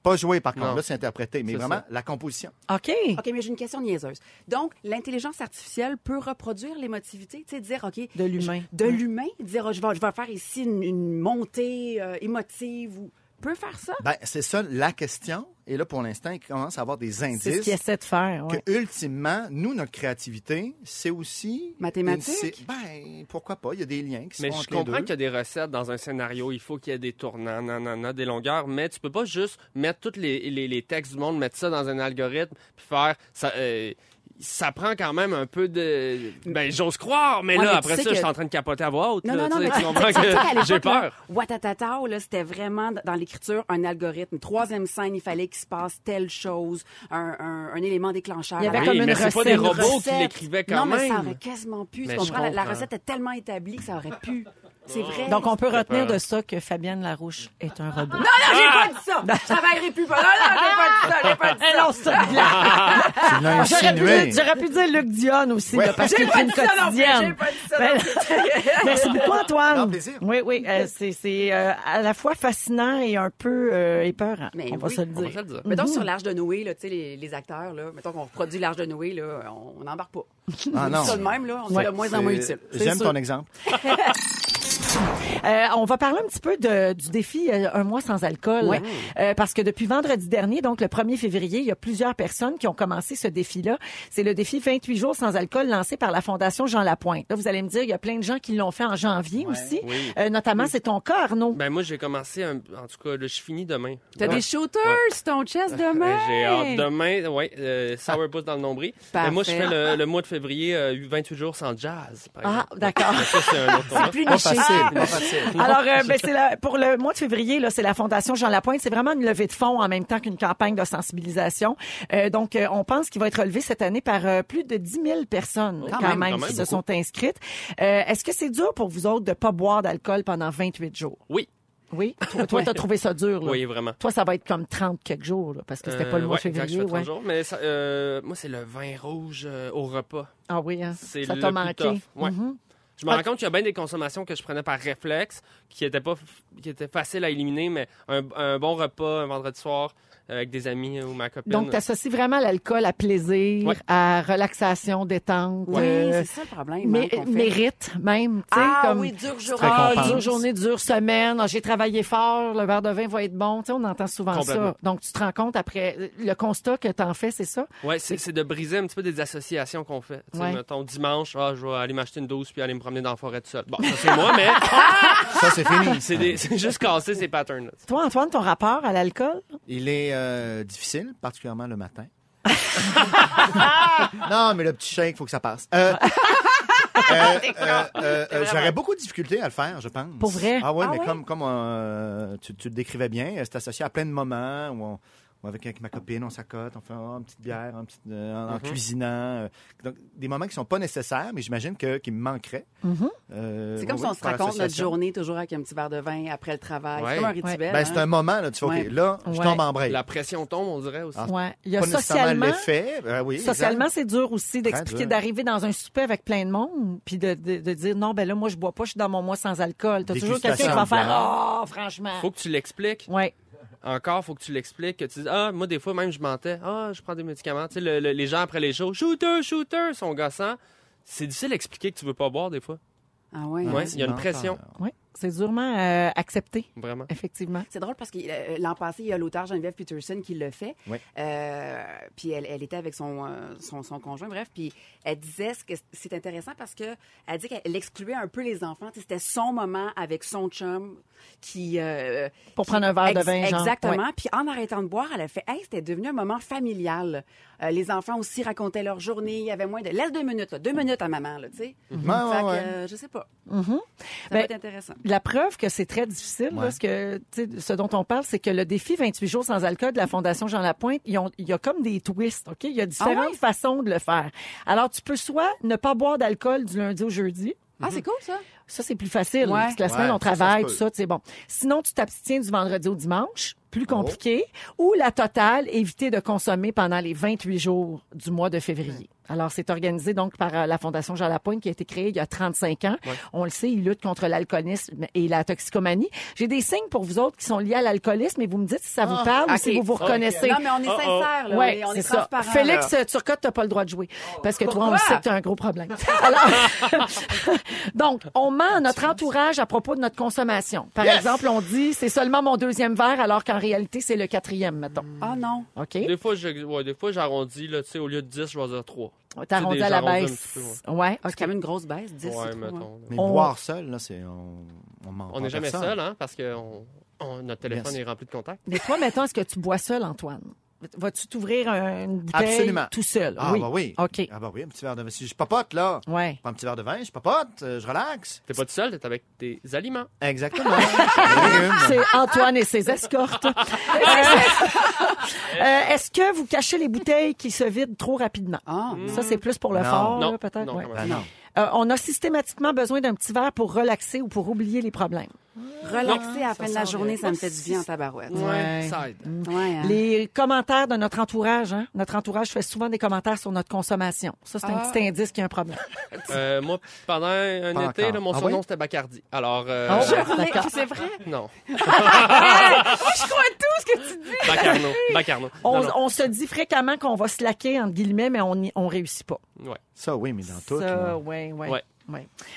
Pas joué, par contre. Non. Là, c'est interprété. Mais C'est vraiment, ça. la composition. OK. OK, mais j'ai une question niaiseuse. Donc, l'intelligence artificielle peut reproduire l'émotivité, tu sais, dire, OK. De l'humain. je- De l'humain, dire, oh, je, vais, je vais faire ici une, une montée euh, émotive ou. peut faire ça? Ben, c'est ça la question. Et là, pour l'instant, il commence à avoir des C'est ce indices qu'il essaie de faire. ouais. que, ultimement, nous, notre créativité, c'est aussi... Mathématiques? une- c'est- Ben, pourquoi pas? Il y a des liens qui se Mais font je entre les comprends deux. qu'il y a des recettes dans un scénario, il faut qu'il y ait des tournants, nanana, des longueurs, mais tu peux pas juste mettre tous les, les- les textes du monde, mettre ça dans un algorithme, puis faire ça. euh, ça prend quand même un peu de. Ben, j'ose croire, mais Ouais, là, mais tu après sais ça, que- je suis en train de capoter à voix haute. Non, là, non, non, tu mais sais, tu tu comprends tu sais qu'à que l'époque, j'ai là, peur. Ouattatata, là, c'était vraiment d- dans l'écriture un algorithme. Troisième scène, il fallait qu'il se passe telle chose, un, un- un élément déclencheur. Il y avait Alors, comme Oui, une mais c'est pas recette, des une robots qui recette. l'écrivaient quand non, mais ça aurait même. quasiment pu. Mais Tu je comprends? La, la comprends. recette est tellement établie que ça aurait pu. C'est vrai. Donc, on peut retenir peur. de ça que Fabienne Larouche est un robot. Non, Ah, non, j'ai pas dit ça. Je travaillerai plus. Non, non, j'ai pas dit ça. J'ai pas dit ça. Elle lance ça de là. Tu l'as Ah, J'aurais pu, insinué. dire- j'aurais pu dire Luc Dion aussi, Ouais. là, parce qu'il fait pas une dit ça non plus, j'ai quotidienne. pas dit ça Ben, non Merci beaucoup, Antoine. Non, plaisir. Oui, oui, euh, c'est- c'est euh, à la fois fascinant et un peu euh, épeurant. Mais on va oui. se le On va se dire. Mhm. le dire. Mettons sur l'Arche de Noé, là, tu sais, les, les acteurs, là, mettons qu'on reproduit l'Arche de Noé, là, on on n'embarque pas. Ah non. Ça de même, là, on est de moins en moins C'est- utile. C'est J'aime sûr. ton exemple. Euh, on va parler un petit peu de- du défi euh, un mois sans alcool, Ouais. Euh, parce que depuis vendredi dernier, donc le 1er février, il y a plusieurs personnes qui ont commencé ce défi-là. C'est le défi 28 jours sans alcool lancé par la Fondation Jean Lapointe. Là, vous allez me dire, il y a plein de gens qui l'ont fait en janvier aussi, Oui. Euh, notamment c'est ton cas, Arnaud. Ben, moi, j'ai commencé, un- en tout cas, là, je finis demain. T'as Ouais. des shooters sur ton chest Euh, demain. J'ai hâte. Demain, oui, euh, sourpuss dans le nombril. Parfait. Mais moi, je fais le, le mois de février, euh, 28 jours sans jazz. par Ah, exemple. d'accord. Mais Ça, c'est un autre combat. plus Pas niché. facile, pas facile. Ah! Alors, euh, ben, c'est la- pour le mois de février, là, c'est la Fondation Jean Lapointe. C'est vraiment une levée de fonds en même temps qu'une campagne de sensibilisation. Euh, donc, euh, on pense qu'il va être relevé cette année par euh, plus de 10 000 personnes quand, même, même, quand même, qui se beaucoup. sont inscrites. Euh, Est-ce que c'est dur pour vous autres de pas boire d'alcool pendant 28 jours? Oui, Oui? Toi, toi, t'as trouvé ça dur, là? oui, vraiment. Toi, ça va être comme 30 quelques jours, là, parce que c'était pas le Euh, mois ouais, de février. exact, je fais ouais. 30 jours, mais ça, euh, moi, c'est le vin rouge euh, au repas. Ah oui, hein? C'est ça le t'a plus manqué. tough. Ouais. Mhm. Je me rends compte qu'il y a bien des consommations que je prenais par réflexe, qui étaient pas, f- qui étaient faciles à éliminer, mais un, un bon repas un vendredi soir euh, avec des amis euh, ou ma copine. Donc, t'associes vraiment l'alcool à plaisir, Ouais. à relaxation, détente. Oui, euh, c'est ça le problème. hein, Mais, qu'on fait. mérite même, tu sais, ah comme oui, dure journée. Ah, Récompense. dure journée, dure semaine, Ah, j'ai travaillé fort, le verre de vin va être bon, tu sais, on entend souvent ça. Complètement. Donc tu te rends compte après le constat que t'en fais, c'est ça Ouais, c'est c'est de briser un petit peu des associations qu'on fait. Tu sais, Ouais. mettons, dimanche, ah, je vais aller m'acheter une dose puis aller me promener dans la forêt tout seul. Bon, ça c'est moi, mais Ça, c'est fini. Euh, c'est des- c'est juste casser ces patterns-là. tu sais. Toi Antoine, ton rapport à l'alcool Il est euh, difficile, particulièrement le matin. non, mais le petit shake, il faut que ça passe. Euh, euh, euh, euh, euh, J'aurais beaucoup de difficultés à le faire, je pense. Pour vrai? Ah oui, Ah mais ouais? comme, comme euh, tu, tu le décrivais bien, euh, c'est associé à plein de moments où on... où Avec, avec ma copine, on s'accote, on fait oh, une petite bière un petit- euh, en, en Mm-hmm. cuisinant. euh. Donc, des moments qui sont pas nécessaires, mais j'imagine que- qu'ils me manqueraient. Euh, C'est comme oui, si on oui, se par raconte notre association. journée toujours avec un petit verre de vin après le travail. Ouais. C'est comme un Ouais. rituel. Ben, c'est hein. un moment, là, tu fais, OK, Ouais. là, je Ouais. tombe en break. La pression tombe, on dirait aussi. Ah, Ouais, il y a pas nécessairement socialement l'effet. euh, oui, exact. Socialement, c'est dur aussi d'expliquer, dur. d'arriver dans un souper avec plein de monde, puis de, de, de dire non, ben là, moi, je bois pas, je suis dans mon mois sans alcool. T'as toujours quelqu'un qui va Dégustation de faire, oh, franchement. Faut que tu l'expliques. Ouais. Encore, faut que tu l'expliques. Que tu dis, ah, moi, des fois, même, je mentais. Ah, je prends des médicaments. Tu sais, le- le- les gens après les shows, shooter, shooter, sont gossants. C'est difficile d'expliquer que tu veux pas boire, des fois. Ah ouais. Ouais, il y a une pression, Ouais. C'est durement euh, accepté, vraiment. effectivement. C'est drôle parce que euh, l'an passé, il y a l'auteur Geneviève Peterson qui le fait. Oui. Euh, puis elle, elle était avec son, euh, son, son conjoint, bref. Puis elle disait ce que c'est intéressant parce que elle dit qu'elle excluait un peu les enfants. Tu sais, C'était son moment avec son chum qui. euh, Pour qui- prendre un verre de ex- vin, genre. Exactement. Ouais. Puis en arrêtant de boire, elle a fait Hey, c'était devenu un moment familial. Euh, les enfants aussi racontaient leur journée. Il y avait moins de. Laisse deux minutes, là, deux minutes à maman, là, tu sais. Mm-hmm. Ouais, Fait que, ouais, ouais. euh, je sais pas. Ça Ben, peut être intéressant. La preuve que c'est très difficile, là, Ouais. ce, que, tu sais, ce dont on parle, c'est que le défi 28 jours sans alcool de la Fondation Jean Lapointe, ils ont- il y a comme des twists, OK? Il y a différentes Ah ouais? façons de le faire. Alors, tu peux soit ne pas boire d'alcool du lundi au jeudi. Ah, mm-hmm. c'est cool, ça. Ça, c'est plus facile. Ouais. Parce que la Ouais, semaine, on ça, ça travaille, se peut. tout ça, c'est bon. Sinon, tu t'abstiens du vendredi au dimanche. Plus Oh. compliqué. Ou la totale, éviter de consommer pendant les 28 jours du mois de février. Alors, c'est organisé donc par euh, la Fondation Jean Lapointe qui a été créée il y a 35 ans. On le sait, il lutte contre l'alcoolisme et la toxicomanie. J'ai des signes pour vous autres qui sont liés à l'alcoolisme et vous me dites si ça vous parle ou Ah, ok. si vous vous Ok. reconnaissez. Non, mais on est sincères, là. Ouais, on est, on est c'est ça. transparents, là. Oh. Félix euh, Turcotte, t'as pas le droit de jouer. Parce que toi, on le Pourquoi? sait que t'as un gros problème. Alors, donc, on comment notre entourage à propos de notre consommation. Par exemple, on dit c'est seulement mon deuxième verre alors qu'en réalité c'est le quatrième, mettons. Ah non. OK? Des fois, je- ouais, des fois, j'arrondis, là, tu sais, au lieu de 10, je vais dire 3. T'arrondis des- à la j'arrondis un baisse. Ouais, C'est quand même une grosse baisse, 10. ouais, c'est trop, hein. mettons. là. Mais On- boire seul, là, c'est. On, on ment On pas à n'est jamais personne. seul, hein, parce que on- on- notre téléphone Yes. est rempli de contacts. Mais toi, mettons, est-ce que tu bois seul, Antoine? Vas-tu t'ouvrir un- une bouteille Absolument. tout seul? Ah, oui. bah oui. OK. Ah, bah oui, un petit verre de vin. Si je papote, là, je Ouais. prends un petit verre de vin, je papote, euh, je relaxe. T'es pas tout seul, t'es avec tes aliments. Exactement. Légumes. C'est Antoine et ses escortes. Euh, euh, Est-ce que vous cachez les bouteilles qui se vident trop rapidement? Ah, Ça, c'est plus pour le Non. fort, Hmm. Non, là, peut-être. non, ouais. quand Ben même. non. Euh, on a systématiquement besoin d'un petit verre pour relaxer ou pour oublier les problèmes. relaxer à la fin de la sent journée, bien. ça me fait du bien en tabarouette. Ouais, Ouais. ça aide. Ouais, hein. Les commentaires de notre entourage, hein? Notre entourage fait souvent des commentaires sur notre consommation. Ça, c'est un Ah. petit indice qu'il y a un problème. Euh, moi, pendant un Pas été, encore. là, mon Ah surnom, oui? c'était Bacardi. Alors, euh, Ah, Je relais- D'accord. C'est vrai? non, Ah! Je crois tout ce que tu dis. Bacarno, Bacarno. On, Non, non. on se dit fréquemment qu'on va se laquer, entre guillemets, mais on n'y- on réussit pas. Ouais. Ça, oui, mais dans tout. Ça, là. ouais, ouais, Ouais. ouais.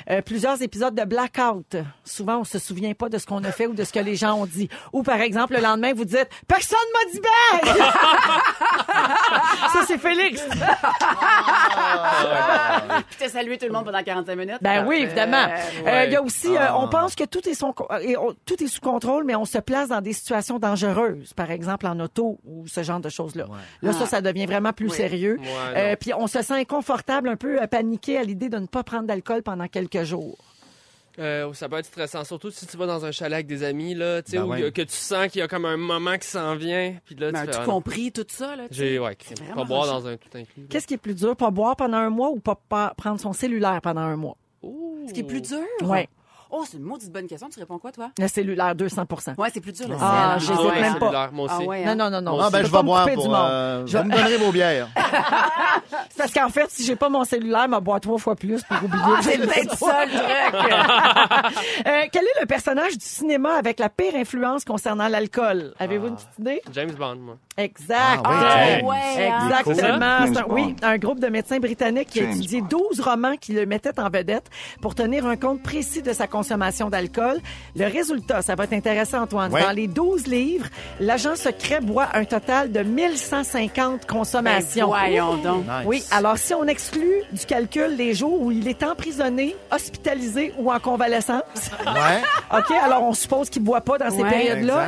Euh, plusieurs épisodes de blackout. Souvent, on se souvient pas de ce qu'on a fait ou de ce que les gens ont dit. Ou par exemple, le lendemain, vous dites personne m'a dit bye. Ça c'est Félix. Puis t'as salué tout le monde pendant 45 minutes. Ben oui, Parfait. évidemment. Euh, Il y a aussi, euh, Ah. on pense que tout est, son, et on- tout est sous contrôle, mais on se place dans des situations dangereuses, par exemple en auto ou ce genre de choses-là. Là, ça, ça devient vraiment plus sérieux. Ouais, Euh, non. Puis on se sent inconfortable, un peu euh, paniqué à l'idée de ne pas prendre d'alcool pendant quelques jours. Euh, ça peut être stressant, surtout si tu vas dans un chalet avec des amis, là, tu sais, Ben où ouais. il y a- que tu sens qu'il y a comme un moment qui s'en vient, puis là, Mais tu as tout fais, ah, non. Ben, compris, tout ça, là. tu sais. J'ai, ouais, vraiment pas boire rangé. dans un tout inclus. Qu'est-ce qui est plus dur, pas boire pendant un mois ou pas, pa- prendre son cellulaire pendant un mois? Ce qui est plus dur. Ouais. Oh, c'est une maudite bonne question. Tu réponds quoi, toi? Le cellulaire, 200 Ouais, c'est plus dur, le Ah, sel. j'hésite ouais. même pas. Moi aussi. Ah ouais, Non, hein? non, non, non. Ah, Tu ben, peux je pas vais me boire couper du pour. monde. euh, Je- Ah, Vous me donnerez vos bières. C'est Parce qu'en fait, si j'ai pas mon cellulaire, ma boit trois fois plus pour oublier. Ah, C'est peut-être ça, le truc. Euh, quel est le personnage du cinéma avec la pire influence concernant l'alcool? Avez-vous une petite idée? James Bond, moi. Exact. Ah, oui, ouais, hein? Exactement. Cool. C'est un- oui, un groupe de médecins britanniques qui a étudié 12 romans qui le mettaient en vedette pour tenir un compte précis de sa consommation d'alcool. Le résultat, ça va t'intéresser, Antoine. Ouais. Dans les 12 livres, l'agent secret boit un total de 1150 Ben, consommations. voyons donc. Nice. Oui, alors si on exclut du calcul les jours où il est emprisonné, hospitalisé ou en convalescence, Ouais. OK, alors on suppose qu'il boit pas dans ces Ouais. périodes-là,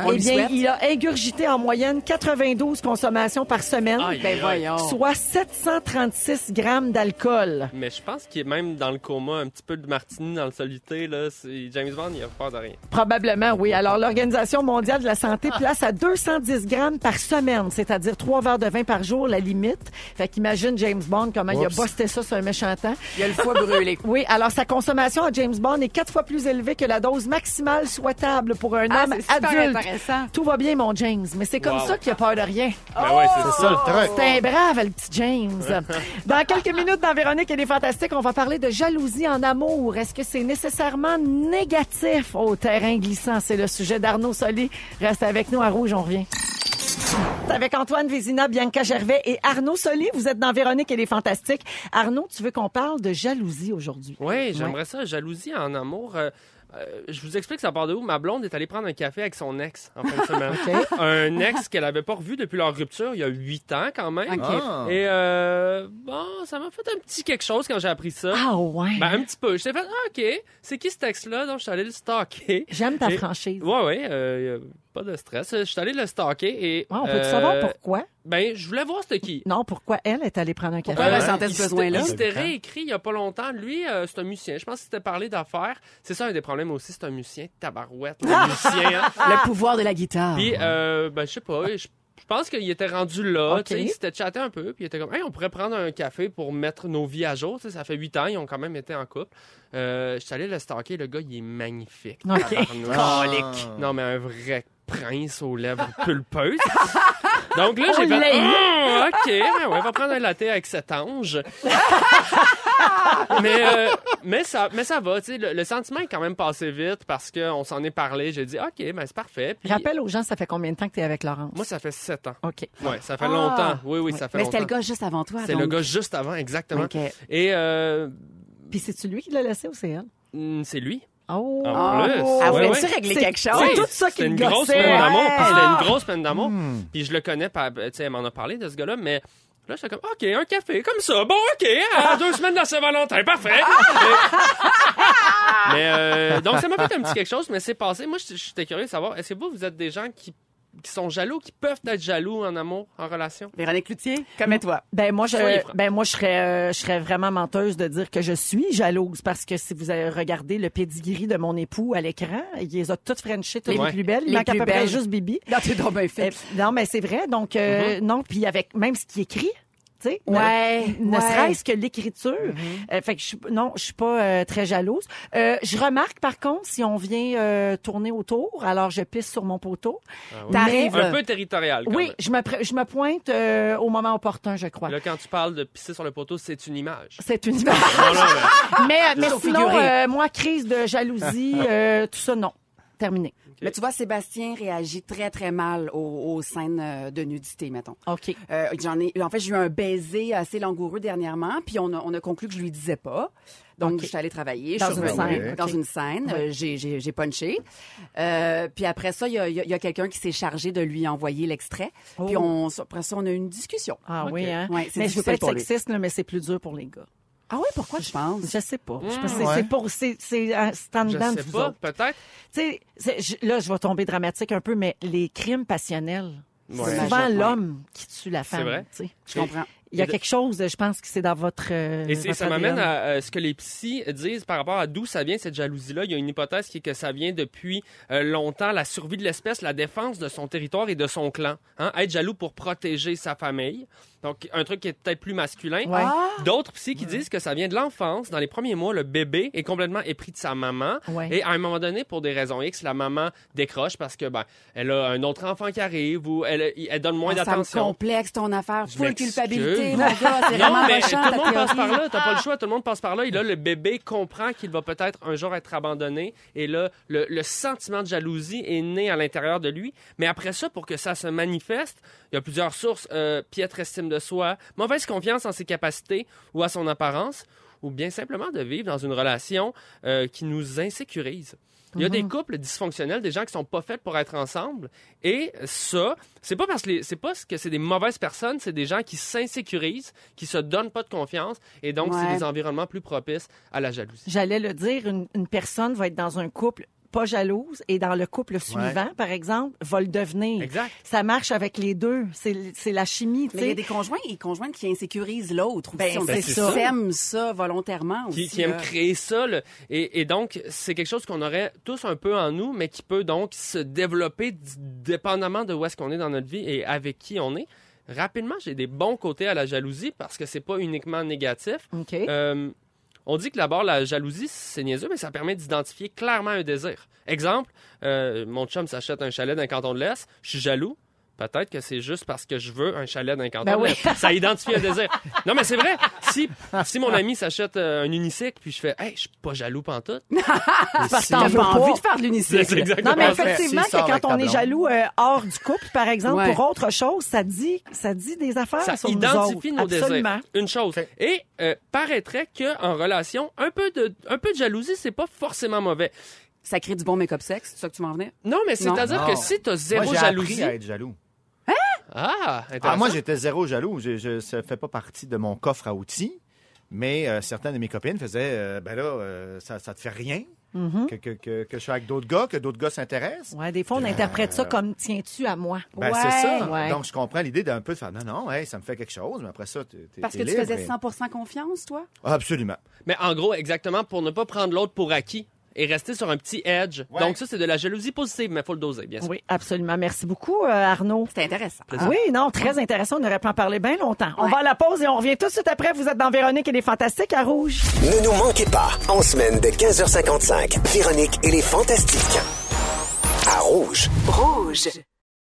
Exact. eh bien, On lui souhaite. il a ingurgité en moyenne 92 consommations par semaine Aïe, Ben aïe. voyons. soit 736 grammes d'alcool. Mais je pense qu'il est même dans le coma, un petit peu de martini dans le solité, là. c'est- James Bond, il a peur de rien. Probablement, oui. Alors, l'Organisation mondiale de la santé place à 210 grammes par semaine, c'est-à-dire trois verres de vin par jour, la limite. Fait qu'imagine James Bond, comment il a Oups. busté ça sur un méchant temps. Il y a le foie brûlé. Oui, alors sa consommation à James Bond est quatre fois plus élevée que la dose maximale souhaitable pour un Ah, homme c'est super adulte. intéressant. Tout va bien, mon James, mais c'est comme Wow. ça qu'il a peur de rien. Ben ouais, c'est C'est ça. ça le truc. C'est un brave, le petit James. Dans quelques minutes, dans Véronique et les Fantastiques, on va parler de jalousie en amour. Est-ce que c'est nécessairement négatif au terrain glissant? C'est le sujet d'Arnaud Soli. Reste avec nous à Rouge, on revient. C'est Avec Antoine Vézina, Bianca Gervais et Arnaud Soli, vous êtes dans Véronique et les Fantastiques. Arnaud, tu veux qu'on parle de jalousie aujourd'hui? Oui, j'aimerais ça. Jalousie en amour. euh, euh, je vous explique ça part de où. Ma blonde est allée prendre un café avec son ex en fin de semaine. Un ex qu'elle avait pas revu depuis leur rupture il y a huit ans quand même. Ah. Et euh, bon, ça m'a fait un petit quelque chose quand j'ai appris ça. Ah ouais. Ben, un petit peu. J'étais fait, ah, OK, c'est qui ce texte-là? Donc, je suis allé le stalker. J'aime ta et- franchise. Ouais, ouais, euh, y a pas de stress. Je suis allé le stalker et. Ouais, Ah, on peut euh, savoir pourquoi? Ben, je voulais voir c'était qui. Non, pourquoi elle est allée prendre un café? Pourquoi Ouais, elle ressentait il ce s'était- besoin-là? Il s'était réécrit il y a pas longtemps. Lui, euh, c'est un musicien. Je pense qu'il s'était parlé d'affaires. C'est ça un des problèmes aussi. C'est un musicien tabarouette, le musicien. hein. Le pouvoir de la guitare. Puis, euh, ben, je sais pas. Je, je pense qu'il était rendu là. Ok. tu sais, Il s'était chatté un peu. Puis, il était comme, hey, on pourrait prendre un café pour mettre nos vies à jour. Tu sais, ça fait huit ans. Ils ont quand même été en couple. Euh, je suis allé le stalker. Le gars, il est magnifique. Ok. Tabarnouche. Non, mais un vrai prince aux lèvres pulpeuses. Donc là, j'ai On l'a fait. eu. Hum, OK, ben ouais, on va prendre un latte avec cet ange. mais, euh, mais, ça, mais ça va, tu sais. Le, le sentiment est quand même passé vite parce qu'on s'en est parlé. J'ai dit, OK, ben c'est parfait. Puis, Rappelle aux gens, ça fait combien de temps que tu es avec Laurence? Moi, ça fait sept ans. OK. Ouais, ça fait Ah. longtemps. Oui, oui, ça fait Mais longtemps. c'était le gars juste avant toi. C'est donc. le gars juste avant, exactement. Ok. Et euh, Puis c'est-tu lui qui l'a laissé ou c'est elle? Hmm, c'est lui. Oh! En Ah. plus. Ah, Ouais, voulait-tu ouais. régler quelque chose? Ah, C'est Oui, tout ça qui C'était me une grosse gossait. peine d'amour. Ouais. puis C'était une grosse peine d'amour. Hmm. Puis je le connais, par- tu sais, elle m'en a parlé de ce gars-là, mais là, j'étais comme, OK, un café, comme ça. Bon, OK, à deux semaines de la Saint-Valentin, parfait. mais mais, euh, donc, ça m'a fait un petit quelque chose, mais c'est passé. Moi, j'étais- j'étais curieux de savoir, est-ce que vous, vous êtes des gens qui, qui sont jaloux, qui peuvent être jaloux en amour, en relation? Véronique Cloutier, comme toi. Ben moi, je, Soyez franc. ben moi, je serais, euh, je serais vraiment menteuse de dire que je suis jalouse parce que si vous avez regardé le pedigree de mon époux à l'écran, il les a toutes Frenchées, toutes les, Ouais. plus belles. Il Les manque à plus peu près belles. juste Bibi. Non, t'es donc bien Euh, non, mais c'est vrai. Donc euh, Mm-hmm. non, puis avec même ce qui écrit. tu sais, Ouais, ne- Ne ouais. serait-ce que l'écriture. Euh, fait que je suis- non, je suis pas euh, très jalouse. Euh, je remarque par contre si on vient euh, tourner autour, alors je pisse sur mon poteau. euh, Ah ouais. T'arrives. Un peu territorial, quand Oui, même. je me pr- je me pointe euh, au moment opportun, je crois. Là, quand tu parles de pisser sur le poteau, c'est une image. C'est une Non, non, mais- Mais, mais Sauf sinon, figuré. euh, moi, crise de jalousie, euh, tout ça, non. Terminé. Mais tu vois, Sébastien réagit très, très mal aux, aux scènes euh, de nudité, mettons. OK. Euh, j'en ai, en fait, j'ai eu un baiser assez langoureux dernièrement, puis on a, on a conclu que je lui disais pas. Donc, Ok. je suis allée travailler. Dans je suis une revenue scène, Dans ok. une scène. euh, j'ai- J'ai j'ai punché. Euh, puis après ça, il y a, il y a- il y a quelqu'un qui s'est chargé de lui envoyer l'extrait. Oh. Puis on, après ça, on a eu une discussion. Ah Ok. oui, hein? Ouais, c'est mais je difficile veux pas être pour lui. sexiste, là, mais c'est plus dur pour les gars. Ah oui, pourquoi je pense? Je sais pas. Je pense que Mmh. c'est- Ouais. c'est pour- c'est- c'est euh, c'est en Je dedans de sais vous pas, autres. peut-être. Tu sais, c'est- je- là, je vais tomber dramatique un peu, mais les crimes passionnels, Ouais. c'est souvent Majeur, ouais. l'homme qui tue la femme. C'est vrai. tu sais. Je comprends. Il y a Et de- quelque chose, je pense, que c'est dans votre. euh, Et c'est- votre ça m'amène ADN. à euh, ce que les psys disent par rapport à d'où ça vient cette jalousie-là. Il y a une hypothèse qui est que ça vient depuis euh, longtemps la survie de l'espèce, la défense de son territoire et de son clan. Hein? Être jaloux pour protéger sa famille. Donc, un truc qui est peut-être plus masculin. Ouais. Ah! D'autres psys qui disent que ça vient de l'enfance. Dans les premiers mois, le bébé est complètement épris de sa maman. Ouais. Et à un moment donné, pour des raisons X, la maman décroche parce que ben, elle a un autre enfant qui arrive ou elle, elle donne moins Ah, ça me d'attention. complexe, ton affaire. Je Full m'excuse. culpabilité, mon gars. Ah, C'est Non, vraiment mais méchant, tout le ta monde passe par théorie. Ah. là. T'as pas le choix. Tout le monde passe par là. Et là, le bébé comprend qu'il va peut-être un jour être abandonné. Et là, le, le sentiment de jalousie est né à l'intérieur de lui. Mais après ça, pour que ça se manifeste, il y a plusieurs sources. Euh, piètre estime de soi, mauvaise confiance en ses capacités ou à son apparence, ou bien simplement de vivre dans une relation euh, qui nous insécurise. Il y a Mhm. des couples dysfonctionnels, des gens qui sont pas faits pour être ensemble. Et ça, c'est pas parce que les- c'est pas parce que c'est des mauvaises personnes, c'est des gens qui s'insécurisent, qui se donnent pas de confiance, et donc c'est Ouais. des environnements plus propices à la jalousie. J'allais le dire, une, une personne va être dans un couple pas jalouse et dans le couple suivant, par exemple, va le devenir. Exact. Ça marche avec les deux. C'est c'est la chimie, tu Mais il y a sais. des conjoints et conjointes qui insécurisent l'autre aussi. Ben, on c'est sait ça. Qui aiment ça volontairement aussi. Qui, qui aiment là. créer ça. là. Et, et donc, c'est quelque chose qu'on aurait tous un peu en nous, mais qui peut donc se développer d- dépendamment de où est-ce qu'on est dans notre vie et avec qui on est. Rapidement, j'ai des bons côtés à la jalousie parce que c'est pas uniquement négatif. OK. Euh, on dit que d'abord, la jalousie, c'est niaiseux, mais ça permet d'identifier clairement un désir. Exemple, euh, mon chum s'achète un chalet d'un canton de l'Est, je suis jaloux. Peut-être que c'est juste parce que je veux un chalet d'un canton Ben de oui. l'Est. Ça identifie un désir. Non, mais c'est vrai. Si, si mon ami s'achète euh, un unicycle, puis je fais « Hey, je suis pas jaloux pantoute. » parce T'as veux pas pas. envie de faire de C'est l'unicycle. Non, exactement mais Comment faire effectivement, s'il sort que avec quand ta on est blonde? jaloux euh, hors du couple, par exemple, Ouais. pour autre chose, ça dit, ça dit des affaires ça. sur identifie nous nos autres. Absolument. désirs. Une chose. Ok. Et euh, paraîtrait que en relation, un peu de, un peu de jalousie, c'est pas forcément mauvais. Ça crée du bon make-up sexe, c'est ça que tu m'en venais? Non, mais c'est-à-dire Non. que si t'as zéro moi, j'ai jalousie, appris à être jaloux. Ah, Ah, intéressant. moi, j'étais zéro jaloux. Je, je- ça fait pas partie de mon coffre à outils. Mais euh, certaines de mes copines faisaient euh, Ben là, euh, ça, ça te fait rien Mm-hmm. Mhm. que, que, que, que je sois avec d'autres gars, que d'autres gars s'intéressent. Ouais, des fois, on interprète ça comme tiens-tu à moi. Euh. Ben, c'est ça. Ouais. Donc, je comprends l'idée d'un peu de faire non, non, hey, ça me fait quelque chose, mais après ça, t'es t'es- Parce que t'es tu libre, faisais mais- 100% confiance, toi? Ah, Absolument. Mais en gros, exactement, pour ne pas prendre l'autre pour acquis et rester sur un petit edge. Ouais. Donc ça, c'est de la jalousie positive, mais faut le doser, bien sûr. Oui, absolument. Merci beaucoup, euh, Arnaud. C'était intéressant. Oui, non, très intéressant. On aurait pu en parler bien longtemps. On va à la pause et on revient tout de suite après. Vous êtes dans Véronique et les Fantastiques à Rouge. Ne nous manquez pas, en semaine de 15h55, Véronique et les Fantastiques. À Rouge. Rouge.